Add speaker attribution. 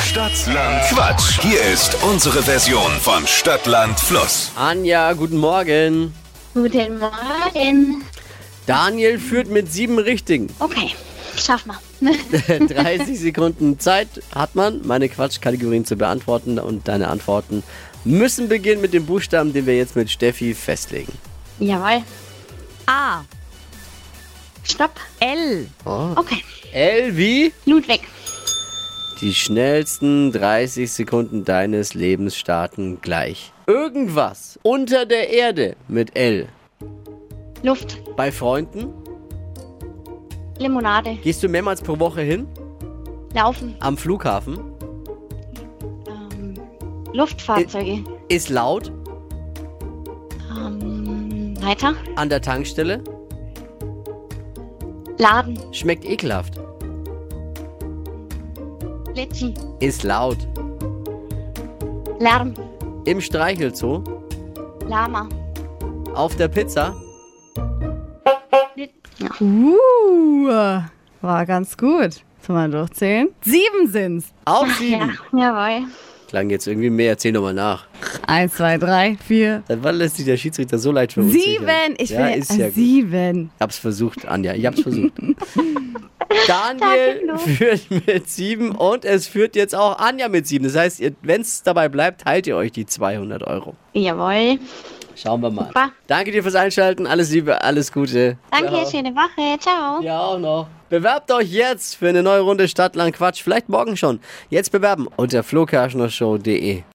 Speaker 1: Stadtland Quatsch. Hier ist unsere Version von Stadtland Fluss.
Speaker 2: Anja, guten Morgen.
Speaker 3: Guten Morgen.
Speaker 2: Daniel führt mit sieben Richtigen.
Speaker 3: Okay, schaff mal.
Speaker 2: 30 Sekunden Zeit hat man, meine Quatschkategorien zu beantworten. Und deine Antworten müssen beginnen mit dem Buchstaben, den wir jetzt mit Steffi festlegen.
Speaker 3: Jawohl.
Speaker 4: A.
Speaker 3: Stopp.
Speaker 4: L.
Speaker 3: Okay.
Speaker 2: L wie?
Speaker 3: Ludwig.
Speaker 2: Die schnellsten 30 Sekunden deines Lebens starten gleich. Irgendwas unter der Erde mit L.
Speaker 3: Luft.
Speaker 2: Bei Freunden?
Speaker 3: Limonade.
Speaker 2: Gehst du mehrmals pro Woche hin?
Speaker 3: Laufen.
Speaker 2: Am Flughafen?
Speaker 3: Ähm, Luftfahrzeuge.
Speaker 2: Ist laut?
Speaker 3: Ähm, weiter.
Speaker 2: An der Tankstelle?
Speaker 3: Laden.
Speaker 2: Schmeckt ekelhaft?
Speaker 3: Blitzen.
Speaker 2: Ist laut?
Speaker 3: Lärm.
Speaker 2: Im Streichelzoo?
Speaker 3: Lama.
Speaker 2: Auf der Pizza?
Speaker 4: Uh, war ganz gut. Soll man durchzählen? Sieben sind's.
Speaker 2: Auf
Speaker 3: Ja,
Speaker 2: sieben!
Speaker 3: jawohl.
Speaker 2: Klang jetzt irgendwie mehr, zähl nochmal nach.
Speaker 4: Eins, zwei, drei, vier,
Speaker 2: Seit wann lässt sich der Schiedsrichter so leicht für uns
Speaker 4: sieben. Ich will
Speaker 2: ja, ist ja gut.
Speaker 4: sieben.
Speaker 2: Ich hab's versucht, Anja. Ich hab's versucht. Daniel führt mit sieben und es führt jetzt auch Anja mit sieben. Das heißt, ihr- wenn's dabei bleibt, teilt ihr euch die 200 Euro.
Speaker 3: Jawohl.
Speaker 2: Schauen wir mal.
Speaker 3: Super.
Speaker 2: Danke dir fürs Einschalten. Alles Liebe, alles Gute.
Speaker 3: Danke,
Speaker 2: Ciao.
Speaker 3: schöne Woche. Ciao.
Speaker 2: Ja, auch noch. Bewerbt euch jetzt für eine neue Runde Stadtland Quatsch. Vielleicht morgen schon. Jetzt bewerben unter flokerschnershow.de.